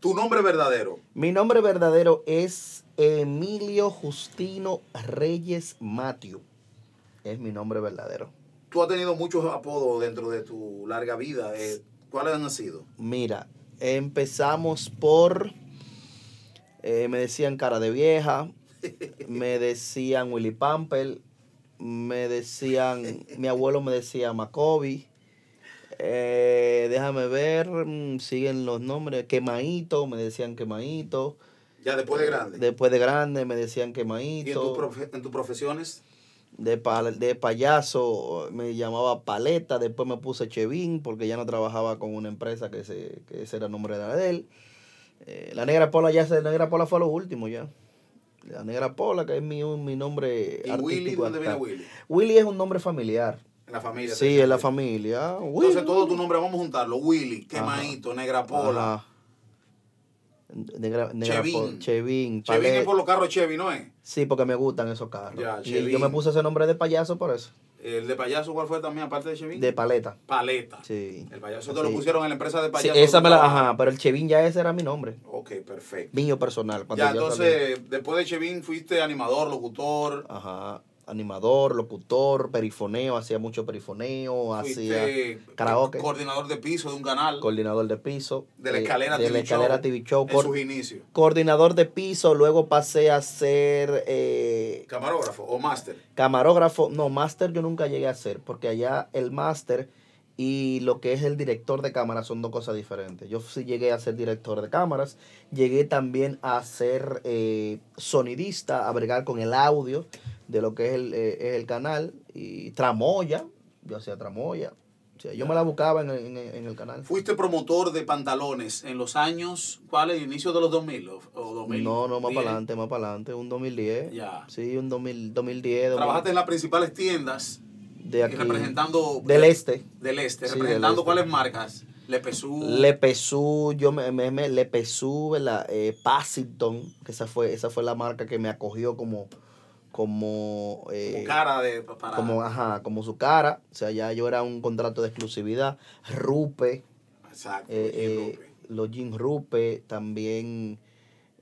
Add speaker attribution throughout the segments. Speaker 1: Tu nombre verdadero.
Speaker 2: Mi nombre verdadero es Emilio Justino Reyes Matio. Es mi nombre verdadero.
Speaker 1: Tú has tenido muchos apodos dentro de tu larga vida. Eh, ¿Cuáles han sido?
Speaker 2: Mira, empezamos por. eh, me decían cara de vieja. Me decían Willy Pamper. Me decían. Mi abuelo me decía Macobi. eh, déjame ver. mm, Siguen los nombres. Quemaito. Me decían Quemaito.
Speaker 1: Ya después de grande.
Speaker 2: Después Eh, de grande me
Speaker 1: ¿Y
Speaker 2: decían
Speaker 1: en, tu
Speaker 2: Quemaito.
Speaker 1: profe- en tus profesiones?
Speaker 2: de, pal- de payaso me llamaba Paleta, después me puse Chevin porque ya no trabajaba con una empresa que, se, que ese era el nombre de él. Eh, la Negra Pola ya se, la Negra Pola fue a lo último ya. La Negra Pola, que es mi, mi nombre
Speaker 1: ¿Y
Speaker 2: artístico.
Speaker 1: Willy? ¿Dónde viene
Speaker 2: actual.
Speaker 1: Willy?
Speaker 2: Willy es un nombre familiar.
Speaker 1: En la familia.
Speaker 2: Sí, en la familia.
Speaker 1: Entonces
Speaker 2: Willy.
Speaker 1: todos tus nombres vamos a juntarlo. Willy,
Speaker 2: Ajá.
Speaker 1: Quemaito, Negra Pola.
Speaker 2: Ajá. Negra, Negra
Speaker 1: Chevin.
Speaker 2: Pola, Chevin,
Speaker 1: Chevy
Speaker 2: Paleta.
Speaker 1: es por los carros Chevy, ¿no es?
Speaker 2: Sí, porque me gustan esos carros.
Speaker 1: Ya,
Speaker 2: y yo
Speaker 1: Chevin.
Speaker 2: me puse ese nombre de payaso por eso.
Speaker 1: El de payaso, ¿cuál fue también aparte de Chevy?
Speaker 2: De Paleta.
Speaker 1: Paleta.
Speaker 2: Sí.
Speaker 1: El payaso te lo
Speaker 2: Sí.
Speaker 1: pusieron en la empresa de
Speaker 2: Sí,
Speaker 1: payaso.
Speaker 2: esa me la, ajá, pero el Chevin ya ese era mi nombre,
Speaker 1: Ok, perfecto.
Speaker 2: mío personal. cuando
Speaker 1: Ya,
Speaker 2: yo salí.
Speaker 1: entonces, después de Chevin fuiste animador, locutor,
Speaker 2: Ajá, animador, locutor, perifoneo, hacía mucho perifoneo, hacía
Speaker 1: fuiste
Speaker 2: karaoke.
Speaker 1: coordinador de piso de un canal,
Speaker 2: coordinador de piso.
Speaker 1: de la
Speaker 2: eh,
Speaker 1: escalera,
Speaker 2: de la escalera TV Show.
Speaker 1: en
Speaker 2: cor-
Speaker 1: sus inicios.
Speaker 2: coordinador de piso, luego pasé a ser eh,
Speaker 1: Camarógrafo o máster.
Speaker 2: camarógrafo. No, máster yo nunca llegué a ser, porque allá el máster y lo que es el director de cámara son dos cosas diferentes. Yo sí llegué a ser director de cámaras, llegué también a ser eh, sonidista, a bregar con el audio de lo que es el, eh, es el canal y tramoya, yo hacía tramoya. O sea, yo me la buscaba en, el- en el- en el canal.
Speaker 1: Fuiste promotor de pantalones en los años, ¿cuáles? Inicio de los 2000 o, o 2000.
Speaker 2: No, no, más para adelante, más para adelante, un 2010.
Speaker 1: Ya.
Speaker 2: Sí, un 2000, 2010. 2000,
Speaker 1: Trabajaste en las principales tiendas
Speaker 2: de
Speaker 1: y representando eh,
Speaker 2: Del este.
Speaker 1: del este,
Speaker 2: Sí,
Speaker 1: representando
Speaker 2: del este.
Speaker 1: cuáles marcas, Le Pesú,
Speaker 2: Lepesú, yo me, me, me- Lepesú, ¿verdad? Eh, Passiton, que esa fue, esa fue la marca que me acogió como, como, eh,
Speaker 1: como cara de para
Speaker 2: como, ajá, como su cara. O sea, ya yo era un contrato de exclusividad. Rupe,
Speaker 1: exacto,
Speaker 2: eh,
Speaker 1: Jim
Speaker 2: eh,
Speaker 1: Rupe.
Speaker 2: los Jim Rupe, también.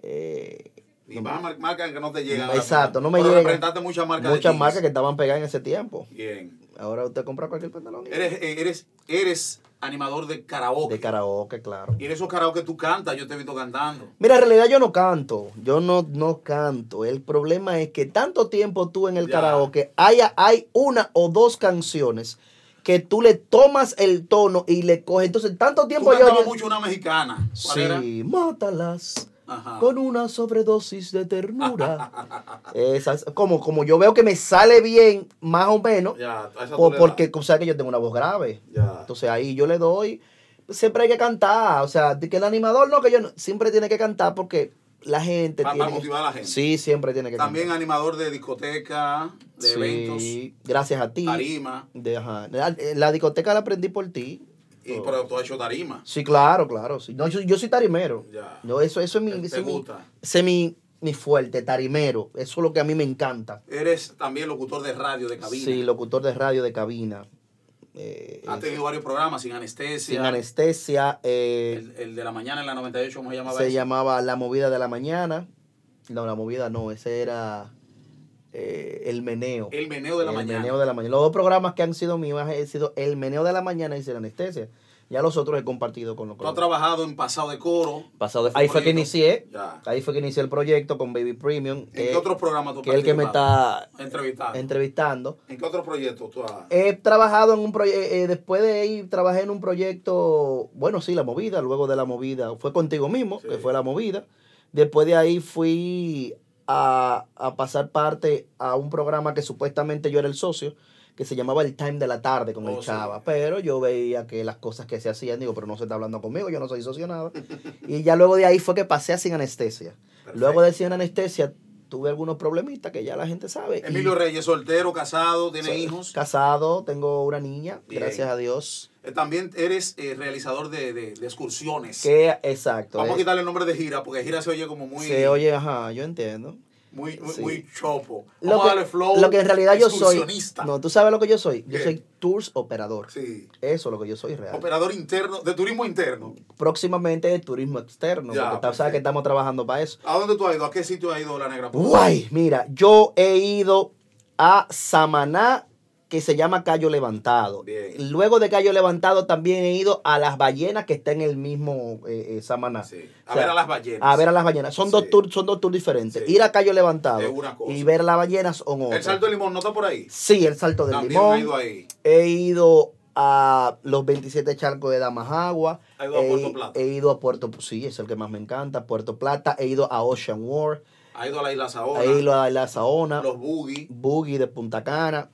Speaker 2: eh,
Speaker 1: Y vas a mar- marcas que no te llegan. ahora
Speaker 2: exacto,
Speaker 1: mismo.
Speaker 2: no me
Speaker 1: Pero
Speaker 2: llegan.
Speaker 1: representaste muchas marcas. de
Speaker 2: muchas
Speaker 1: jeans.
Speaker 2: marcas que estaban pegadas en ese tiempo.
Speaker 1: Bien.
Speaker 2: Ahora usted compra cualquier pantalón. y-
Speaker 1: Eres, eh, eres, eres animador de karaoke.
Speaker 2: De karaoke, claro.
Speaker 1: y en esos karaoke tú cantas, yo te he visto cantando.
Speaker 2: Mira, en realidad yo no canto, yo no, no canto. El problema es que tanto tiempo tú en el
Speaker 1: Ya.
Speaker 2: karaoke haya, hay una o dos canciones que tú le tomas el tono y le coges. Entonces, tanto
Speaker 1: Tú
Speaker 2: tiempo yo...
Speaker 1: cantabas
Speaker 2: yo-
Speaker 1: mucho una mexicana. ¿Cuál era? Ah.
Speaker 2: sí, mátalas
Speaker 1: Ajá.
Speaker 2: con una sobredosis de ternura. Esas, como, como yo veo que me sale bien, más o menos,
Speaker 1: Ya, a esa
Speaker 2: por-
Speaker 1: tú le
Speaker 2: porque o sea que yo tengo una voz grave.
Speaker 1: das. Ya.
Speaker 2: Entonces ahí yo le doy, siempre hay que cantar, o sea, de que el animador no, que yo no- siempre tiene que cantar porque la gente
Speaker 1: Pa- para
Speaker 2: tiene que-
Speaker 1: motivar a la gente.
Speaker 2: Sí, siempre tiene que
Speaker 1: También
Speaker 2: cantar.
Speaker 1: animador de discoteca, de eventos,
Speaker 2: sí, gracias a ti.
Speaker 1: tarima.
Speaker 2: De- ajá. La, la discoteca la aprendí por ti.
Speaker 1: Y,
Speaker 2: Oh.
Speaker 1: pero tú has hecho tarima.
Speaker 2: Sí, claro, claro. sí. No, yo, yo soy tarimero.
Speaker 1: Ya.
Speaker 2: No, eso, eso es mi,
Speaker 1: Te
Speaker 2: ese es mi-
Speaker 1: gusta.
Speaker 2: ese es mi, mi fuerte, tarimero. Eso es lo que a mí me encanta.
Speaker 1: Eres también locutor de radio, de cabina.
Speaker 2: Sí, locutor de radio de cabina. Eh,
Speaker 1: Has tenido varios programas sin anestesia.
Speaker 2: sin anestesia. eh,
Speaker 1: El, el de la mañana en la 98, ¿cómo se llamaba?
Speaker 2: se
Speaker 1: ese?
Speaker 2: llamaba La Movida de la Mañana. No, La Movida no, ese era eh, El Meneo.
Speaker 1: El meneo de la
Speaker 2: El
Speaker 1: mañana.
Speaker 2: Meneo de la Mañana. Los dos programas que han sido míos han sido El Meneo de la Mañana y Sin Anestesia. Ya los otros he compartido con los
Speaker 1: Tú has
Speaker 2: colegas.
Speaker 1: trabajado en pasado de coro.
Speaker 2: Pasado- Ahí fue que
Speaker 1: Proyecto.
Speaker 2: inicié.
Speaker 1: Ya.
Speaker 2: Ahí fue que inicié el proyecto con Baby Premium.
Speaker 1: ¿En qué
Speaker 2: eh,
Speaker 1: otros programas tú has
Speaker 2: que es el que me
Speaker 1: participado?
Speaker 2: está Eh,
Speaker 1: entrevistando?
Speaker 2: entrevistando.
Speaker 1: ¿En qué otros proyectos tú has...?
Speaker 2: He trabajado en un proyecto, después de ahí trabajé en un proyecto, bueno, sí, La Movida, luego de La Movida, fue contigo mismo,
Speaker 1: Sí.
Speaker 2: que fue La Movida. Después de ahí fui a, a pasar parte a un programa que supuestamente yo era el socio, que se llamaba El Time de la Tarde con
Speaker 1: Oh,
Speaker 2: el
Speaker 1: sí.
Speaker 2: Chava, pero yo veía que las cosas que se hacían, digo, pero no se está hablando conmigo, yo no soy socio nada. y ya luego de ahí fue que pasé a Sin Anestesia.
Speaker 1: Perfecto.
Speaker 2: Luego de Sin Anestesia tuve algunos problemitas que ya la gente sabe. y-
Speaker 1: Emilio Reyes, soltero, casado, tiene
Speaker 2: soy
Speaker 1: hijos.
Speaker 2: Casado, tengo una niña,
Speaker 1: Bien.
Speaker 2: gracias a Dios.
Speaker 1: Eh, También eres eh, realizador de, de- de excursiones.
Speaker 2: Que, exacto.
Speaker 1: Vamos a
Speaker 2: eh,
Speaker 1: quitarle el nombre de gira, porque gira se oye como muy...
Speaker 2: se oye, ajá, yo entiendo.
Speaker 1: muy, muy,
Speaker 2: Sí.
Speaker 1: muy chopo.
Speaker 2: Lo
Speaker 1: Vamos
Speaker 2: que-
Speaker 1: a darle flow
Speaker 2: Lo que en realidad yo soy.
Speaker 1: excursionista.
Speaker 2: No, tú sabes lo que yo soy. Yo
Speaker 1: ¿Qué?
Speaker 2: soy tours operador.
Speaker 1: Sí.
Speaker 2: Eso es lo que yo soy real.
Speaker 1: Operador interno, de turismo interno.
Speaker 2: Próximamente de turismo externo.
Speaker 1: Ya,
Speaker 2: porque tú sabes
Speaker 1: perfecto.
Speaker 2: que estamos trabajando para eso.
Speaker 1: ¿A dónde tú has ido? ¿A qué sitio has ido la negra? Puma?
Speaker 2: Guay, mira, yo he ido a Samaná, que se llama Cayo Levantado.
Speaker 1: Bien.
Speaker 2: Luego de Cayo Levantado también he ido a las ballenas que está en el mismo eh, eh, Samaná.
Speaker 1: Sí. A
Speaker 2: O sea,
Speaker 1: ver a las ballenas.
Speaker 2: A ver a las ballenas. Son dos
Speaker 1: Sí.
Speaker 2: tours, son dos tours diferentes.
Speaker 1: Sí.
Speaker 2: Ir a Cayo Levantado
Speaker 1: Es una cosa.
Speaker 2: y ver a las ballenas son otra.
Speaker 1: El salto de limón, ¿no está por ahí?
Speaker 2: Sí, el salto del
Speaker 1: También
Speaker 2: limón.
Speaker 1: he ido ahí.
Speaker 2: He ido a los 27 charcos de Damajagua.
Speaker 1: Ha ido a Puerto Plata.
Speaker 2: he ido a Puerto sí, es el que más me encanta, Puerto Plata. He ido a Ocean World.
Speaker 1: Ha ido a la isla Saona.
Speaker 2: He ido a La Saona,
Speaker 1: Los boogies.
Speaker 2: Boogie de Punta Cana.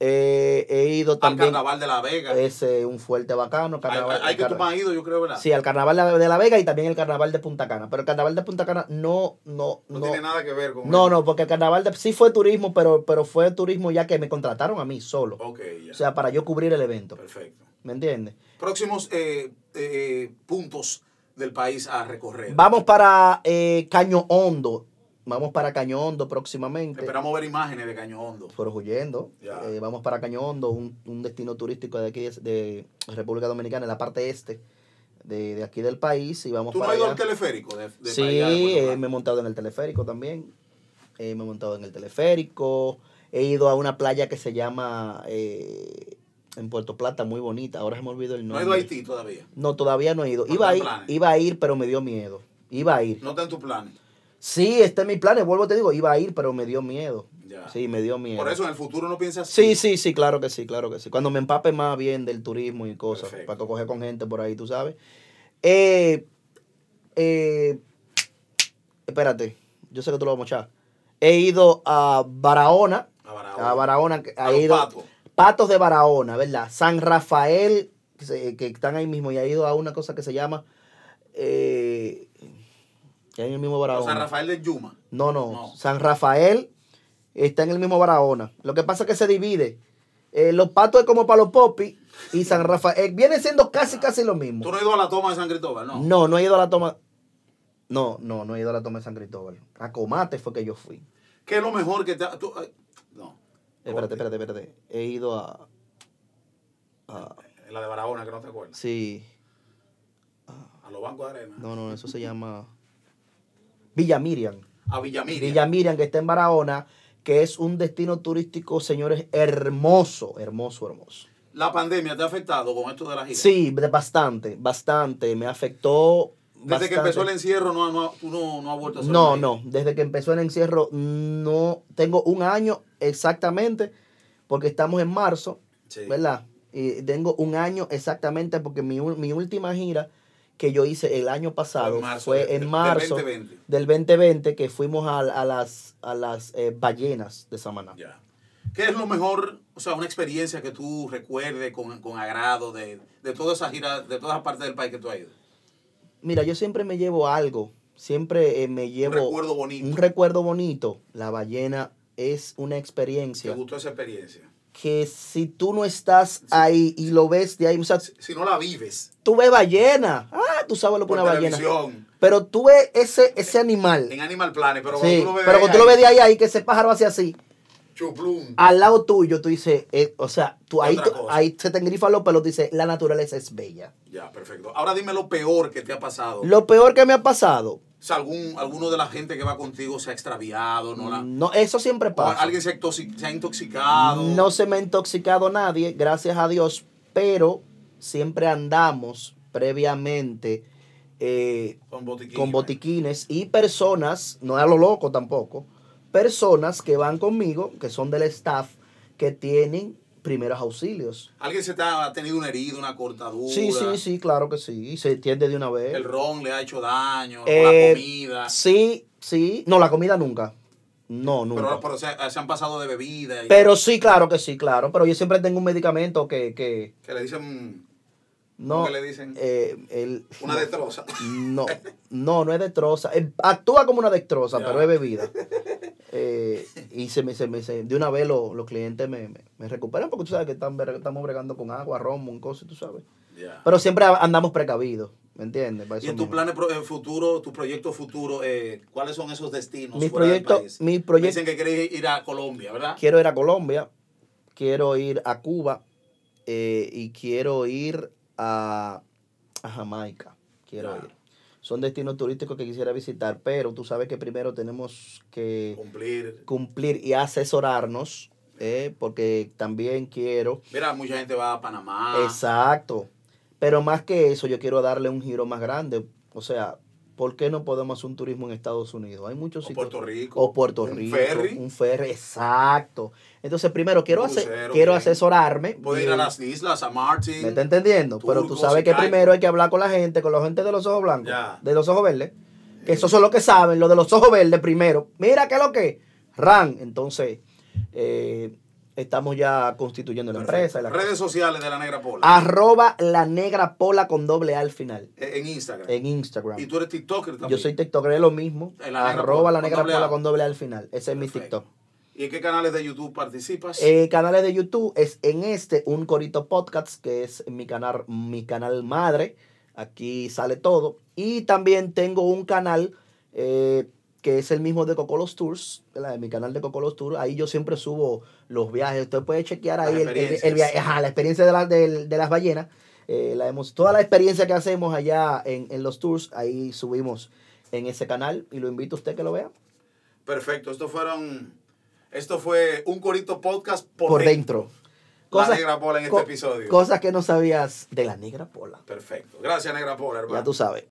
Speaker 2: Eh, he ido
Speaker 1: Al
Speaker 2: también.
Speaker 1: carnaval de la Vega.
Speaker 2: Ese es un fuerte bacano.
Speaker 1: Hay,
Speaker 2: Carnaval,
Speaker 1: hay que tú
Speaker 2: carna-
Speaker 1: me has ido, yo creo, ¿verdad?
Speaker 2: Sí, al carnaval de- de La Vega y también el carnaval de Punta Cana. Pero el carnaval de Punta Cana no, no,
Speaker 1: no,
Speaker 2: no.
Speaker 1: tiene nada que ver con
Speaker 2: No,
Speaker 1: él.
Speaker 2: no, porque el carnaval de, sí fue turismo, pero, pero fue turismo ya que me contrataron a mí solo.
Speaker 1: Ok, Oh, ya.
Speaker 2: O sea, para yo cubrir el evento.
Speaker 1: Perfecto.
Speaker 2: ¿Me entiendes?
Speaker 1: Próximos eh, eh, puntos del país a recorrer.
Speaker 2: Vamos para eh, Caño Hondo. Vamos para Caño Hondo próximamente.
Speaker 1: Esperamos ver imágenes de Caño Hondo.
Speaker 2: Pero huyendo.
Speaker 1: Ya.
Speaker 2: Eh, vamos para Caño Hondo, un, un destino turístico de aquí, de República Dominicana, en la parte este de, de aquí del país. Y vamos
Speaker 1: ¿Tú no
Speaker 2: para
Speaker 1: has ido al
Speaker 2: allá.
Speaker 1: teleférico? De, de
Speaker 2: Sí,
Speaker 1: para allá de Puerto
Speaker 2: eh,
Speaker 1: Plata?
Speaker 2: me he montado en el teleférico también. Eh, me he montado en el teleférico. He ido a una playa que se llama eh, en Puerto Plata, muy bonita. Ahora se me olvidó el
Speaker 1: No
Speaker 2: nombre.
Speaker 1: has ido a Haití todavía.
Speaker 2: No, todavía no he ido.
Speaker 1: No
Speaker 2: Iba a,
Speaker 1: tiene
Speaker 2: ir,
Speaker 1: planes.
Speaker 2: iba a ir, pero me dio miedo. Iba a ir.
Speaker 1: No está en tus planes.
Speaker 2: Sí, este es mi plan. Vuelvo, te digo, iba a ir, pero me dio miedo.
Speaker 1: Ya.
Speaker 2: Sí, me dio miedo.
Speaker 1: Por eso en el futuro no piensas
Speaker 2: Sí, sí, sí, claro que sí, claro que sí. Cuando me empape más bien del turismo y cosas,
Speaker 1: Perfecto.
Speaker 2: para que coger con gente por ahí, tú sabes. Eh, eh, espérate, yo sé que tú lo vas a mochar. He ido a Barahona,
Speaker 1: A Barahona.
Speaker 2: a Barahona, que
Speaker 1: A
Speaker 2: he
Speaker 1: los
Speaker 2: ido
Speaker 1: Patos.
Speaker 2: Patos de Barahona, ¿verdad? San Rafael, que, se- que están ahí mismo, y ha ido a una cosa que se llama, eh, en el mismo
Speaker 1: O
Speaker 2: Barahona.
Speaker 1: San Rafael de Yuma.
Speaker 2: No, no,
Speaker 1: No.
Speaker 2: San Rafael está en el mismo Barahona. Lo que pasa es que se divide. Eh, los patos es como para los popis y San Rafael viene siendo casi, casi lo
Speaker 1: ¿Tú
Speaker 2: mismo.
Speaker 1: no has ido a la toma de San Cristóbal? No.
Speaker 2: No, no he ido a la toma. No, no, no he ido a la toma de San Cristóbal. A Comate fue que yo fui.
Speaker 1: ¿Qué es lo mejor que te ha... tú- ay, No.
Speaker 2: Espérate, espérate, espérate. He ido a. a-
Speaker 1: La de Barahona, que no te acuerdas.
Speaker 2: sí.
Speaker 1: A los bancos de arena.
Speaker 2: No, no, eso se llama. Villa Miriam.
Speaker 1: A Villamilla.
Speaker 2: Villa Miriam, que está en Barahona, que es un destino turístico, señores, hermoso, hermoso, hermoso.
Speaker 1: La pandemia te ha afectado con esto de la gira.
Speaker 2: Sí, de- bastante, bastante. Me afectó.
Speaker 1: Desde que empezó el encierro, no, no, tú no, no has vuelto a hacer
Speaker 2: No,
Speaker 1: una gira.
Speaker 2: no. Desde que empezó el encierro, no. Tengo un año exactamente, porque estamos en marzo,
Speaker 1: Sí.
Speaker 2: ¿verdad? Y tengo un año exactamente, porque mi, ul- mi última gira que yo hice el año pasado
Speaker 1: en marzo
Speaker 2: fue
Speaker 1: de- de-
Speaker 2: en
Speaker 1: del
Speaker 2: marzo
Speaker 1: 2020.
Speaker 2: del 2020, que fuimos a, a las, a las eh, ballenas de Samaná.
Speaker 1: Ya. ¿Qué es lo mejor, o sea, una experiencia que tú recuerdes con, con agrado de, de todas esas giras, de todas las partes del país que tú has ido?
Speaker 2: Mira, yo siempre me llevo algo. Siempre eh, me llevo.
Speaker 1: recuerdo bonito.
Speaker 2: Un recuerdo bonito. La ballena es una
Speaker 1: ¿Te
Speaker 2: experiencia
Speaker 1: gustó esa experiencia?
Speaker 2: que si tú no estás ahí y lo ves de ahí, o sea,
Speaker 1: Si, si no la vives
Speaker 2: tú ves ballena. Ah, tú sabes lo que
Speaker 1: por
Speaker 2: es una ballena.
Speaker 1: televisión,
Speaker 2: Pero tú ves ese, ese animal.
Speaker 1: en Animal Planet, pero cuando
Speaker 2: Sí,
Speaker 1: tú lo ves
Speaker 2: pero cuando tú lo
Speaker 1: ahí,
Speaker 2: ves de ahí, ahí, que ese pájaro hace así,
Speaker 1: chuplum.
Speaker 2: al lado tuyo, tú dices, eh, o sea, tú, ahí,
Speaker 1: Otra
Speaker 2: tú-
Speaker 1: cosa.
Speaker 2: ahí se te engrifan los pelos, tú dices, la naturaleza es bella.
Speaker 1: Ya, perfecto. Ahora dime lo peor que te ha pasado.
Speaker 2: Lo peor que me ha pasado,
Speaker 1: Si algún, alguno de la gente que va contigo se ha extraviado, no la...
Speaker 2: no, eso siempre
Speaker 1: o
Speaker 2: pasa.
Speaker 1: alguien se, ha intoxi- se ha intoxicado.
Speaker 2: No se me ha intoxicado nadie, gracias a Dios, pero siempre andamos previamente eh,
Speaker 1: Con botiquín.
Speaker 2: con botiquines y personas, no a lo loco tampoco, personas que van conmigo, que son del staff, que tienen primeros auxilios.
Speaker 1: Alguien se te ha ha tenido una herida, una cortadura.
Speaker 2: Sí, sí, sí, claro que sí, se entiende de una vez.
Speaker 1: El ron le ha hecho daño, o
Speaker 2: Eh,
Speaker 1: la comida.
Speaker 2: Sí, sí, no, la comida nunca. No, nunca.
Speaker 1: Pero, pero se, se han pasado de bebida. y-
Speaker 2: Pero sí, claro que sí, claro, pero yo siempre tengo un medicamento que... que
Speaker 1: que le dicen
Speaker 2: no,
Speaker 1: ¿Cómo que le dicen?
Speaker 2: eh, el,
Speaker 1: una destroza.
Speaker 2: No, no, no es destroza. Eh, Actúa como una destroza,
Speaker 1: Ya.
Speaker 2: pero es bebida. Eh, y se me, se me- se- de una vez lo- los clientes me, me- me recuperan porque tú sabes que están, bre- estamos bregando con agua, romo, un coso, tú sabes.
Speaker 1: Ya.
Speaker 2: Pero siempre a- andamos precavidos. ¿Me entiendes? Para
Speaker 1: Y
Speaker 2: eso
Speaker 1: en tus
Speaker 2: mismo.
Speaker 1: planes pro- eh, futuro, tu proyecto futuro, eh, ¿cuáles son esos destinos
Speaker 2: Mi
Speaker 1: fuera del
Speaker 2: proyecto-
Speaker 1: país?
Speaker 2: mi
Speaker 1: Me
Speaker 2: proyecto-
Speaker 1: Dicen que querés ir a Colombia, ¿verdad?
Speaker 2: Quiero ir a Colombia, quiero ir a Cuba eh, y quiero ir a, a Jamaica. Quiero
Speaker 1: Ya.
Speaker 2: ir. Son destinos turísticos que quisiera visitar, pero tú sabes que primero tenemos que
Speaker 1: Cumplir.
Speaker 2: cumplir y asesorarnos, eh, porque también quiero
Speaker 1: Mira, mucha gente va a Panamá.
Speaker 2: Exacto. Pero más que eso, yo quiero darle un giro más grande. O sea, ¿por qué no podemos hacer un turismo en Estados Unidos? Hay muchos
Speaker 1: O Puerto Rico.
Speaker 2: O Puerto
Speaker 1: Un
Speaker 2: Rico.
Speaker 1: ferry.
Speaker 2: Un ferry, exacto. Entonces, primero quiero,
Speaker 1: Un
Speaker 2: hacer,
Speaker 1: crucero,
Speaker 2: quiero
Speaker 1: bien.
Speaker 2: asesorarme.
Speaker 1: Puede ir
Speaker 2: bien.
Speaker 1: a las islas, a Martin.
Speaker 2: ¿Me está entendiendo? Pero tú
Speaker 1: Turcos,
Speaker 2: sabes que
Speaker 1: Icai.
Speaker 2: primero hay que hablar con la gente, con la gente de los ojos blancos,
Speaker 1: Ya.
Speaker 2: de los ojos verdes. Que esos son los que saben, los de los ojos verdes primero. Mira qué es lo que. RAN. Entonces, eh, estamos ya constituyendo la empresa. y la Ah.
Speaker 1: Redes sociales de la Negra Pola.
Speaker 2: Arroba la negra pola con doble A al final.
Speaker 1: Eh, En Instagram.
Speaker 2: En Instagram.
Speaker 1: Y tú eres TikToker también.
Speaker 2: Yo soy TikToker, es lo mismo.
Speaker 1: Eh, La Negra
Speaker 2: arroba
Speaker 1: Pola
Speaker 2: la
Speaker 1: con
Speaker 2: negra
Speaker 1: doble A.
Speaker 2: pola con doble A al final. Ese es mi
Speaker 1: Perfecto.
Speaker 2: TikTok.
Speaker 1: ¿Y en qué canales de YouTube participas?
Speaker 2: Eh, canales de YouTube es en este, un Corito Podcast, que es mi canal, mi canal madre. Aquí sale todo. Y también tengo un canal eh, que es el mismo de Cocolos Tours, ¿verdad? mi canal de Cocolos Tours. Ahí yo siempre subo los viajes. Usted puede chequear
Speaker 1: Las
Speaker 2: ahí el, el- el
Speaker 1: experiencias.
Speaker 2: viaje, ajá, la experiencia de, la- del- de las ballenas. Eh, la hemos, toda la experiencia que hacemos allá en, en los tours, ahí subimos en ese canal y lo invito a usted que lo vea.
Speaker 1: Perfecto. Esto fueron. Esto fue un corito podcast por,
Speaker 2: Por, dentro.
Speaker 1: La Negra Pola en este
Speaker 2: co-
Speaker 1: episodio.
Speaker 2: Cosas que no sabías de la negra pola.
Speaker 1: Perfecto. Gracias, Negra Pola, hermano.
Speaker 2: Ya tú sabes.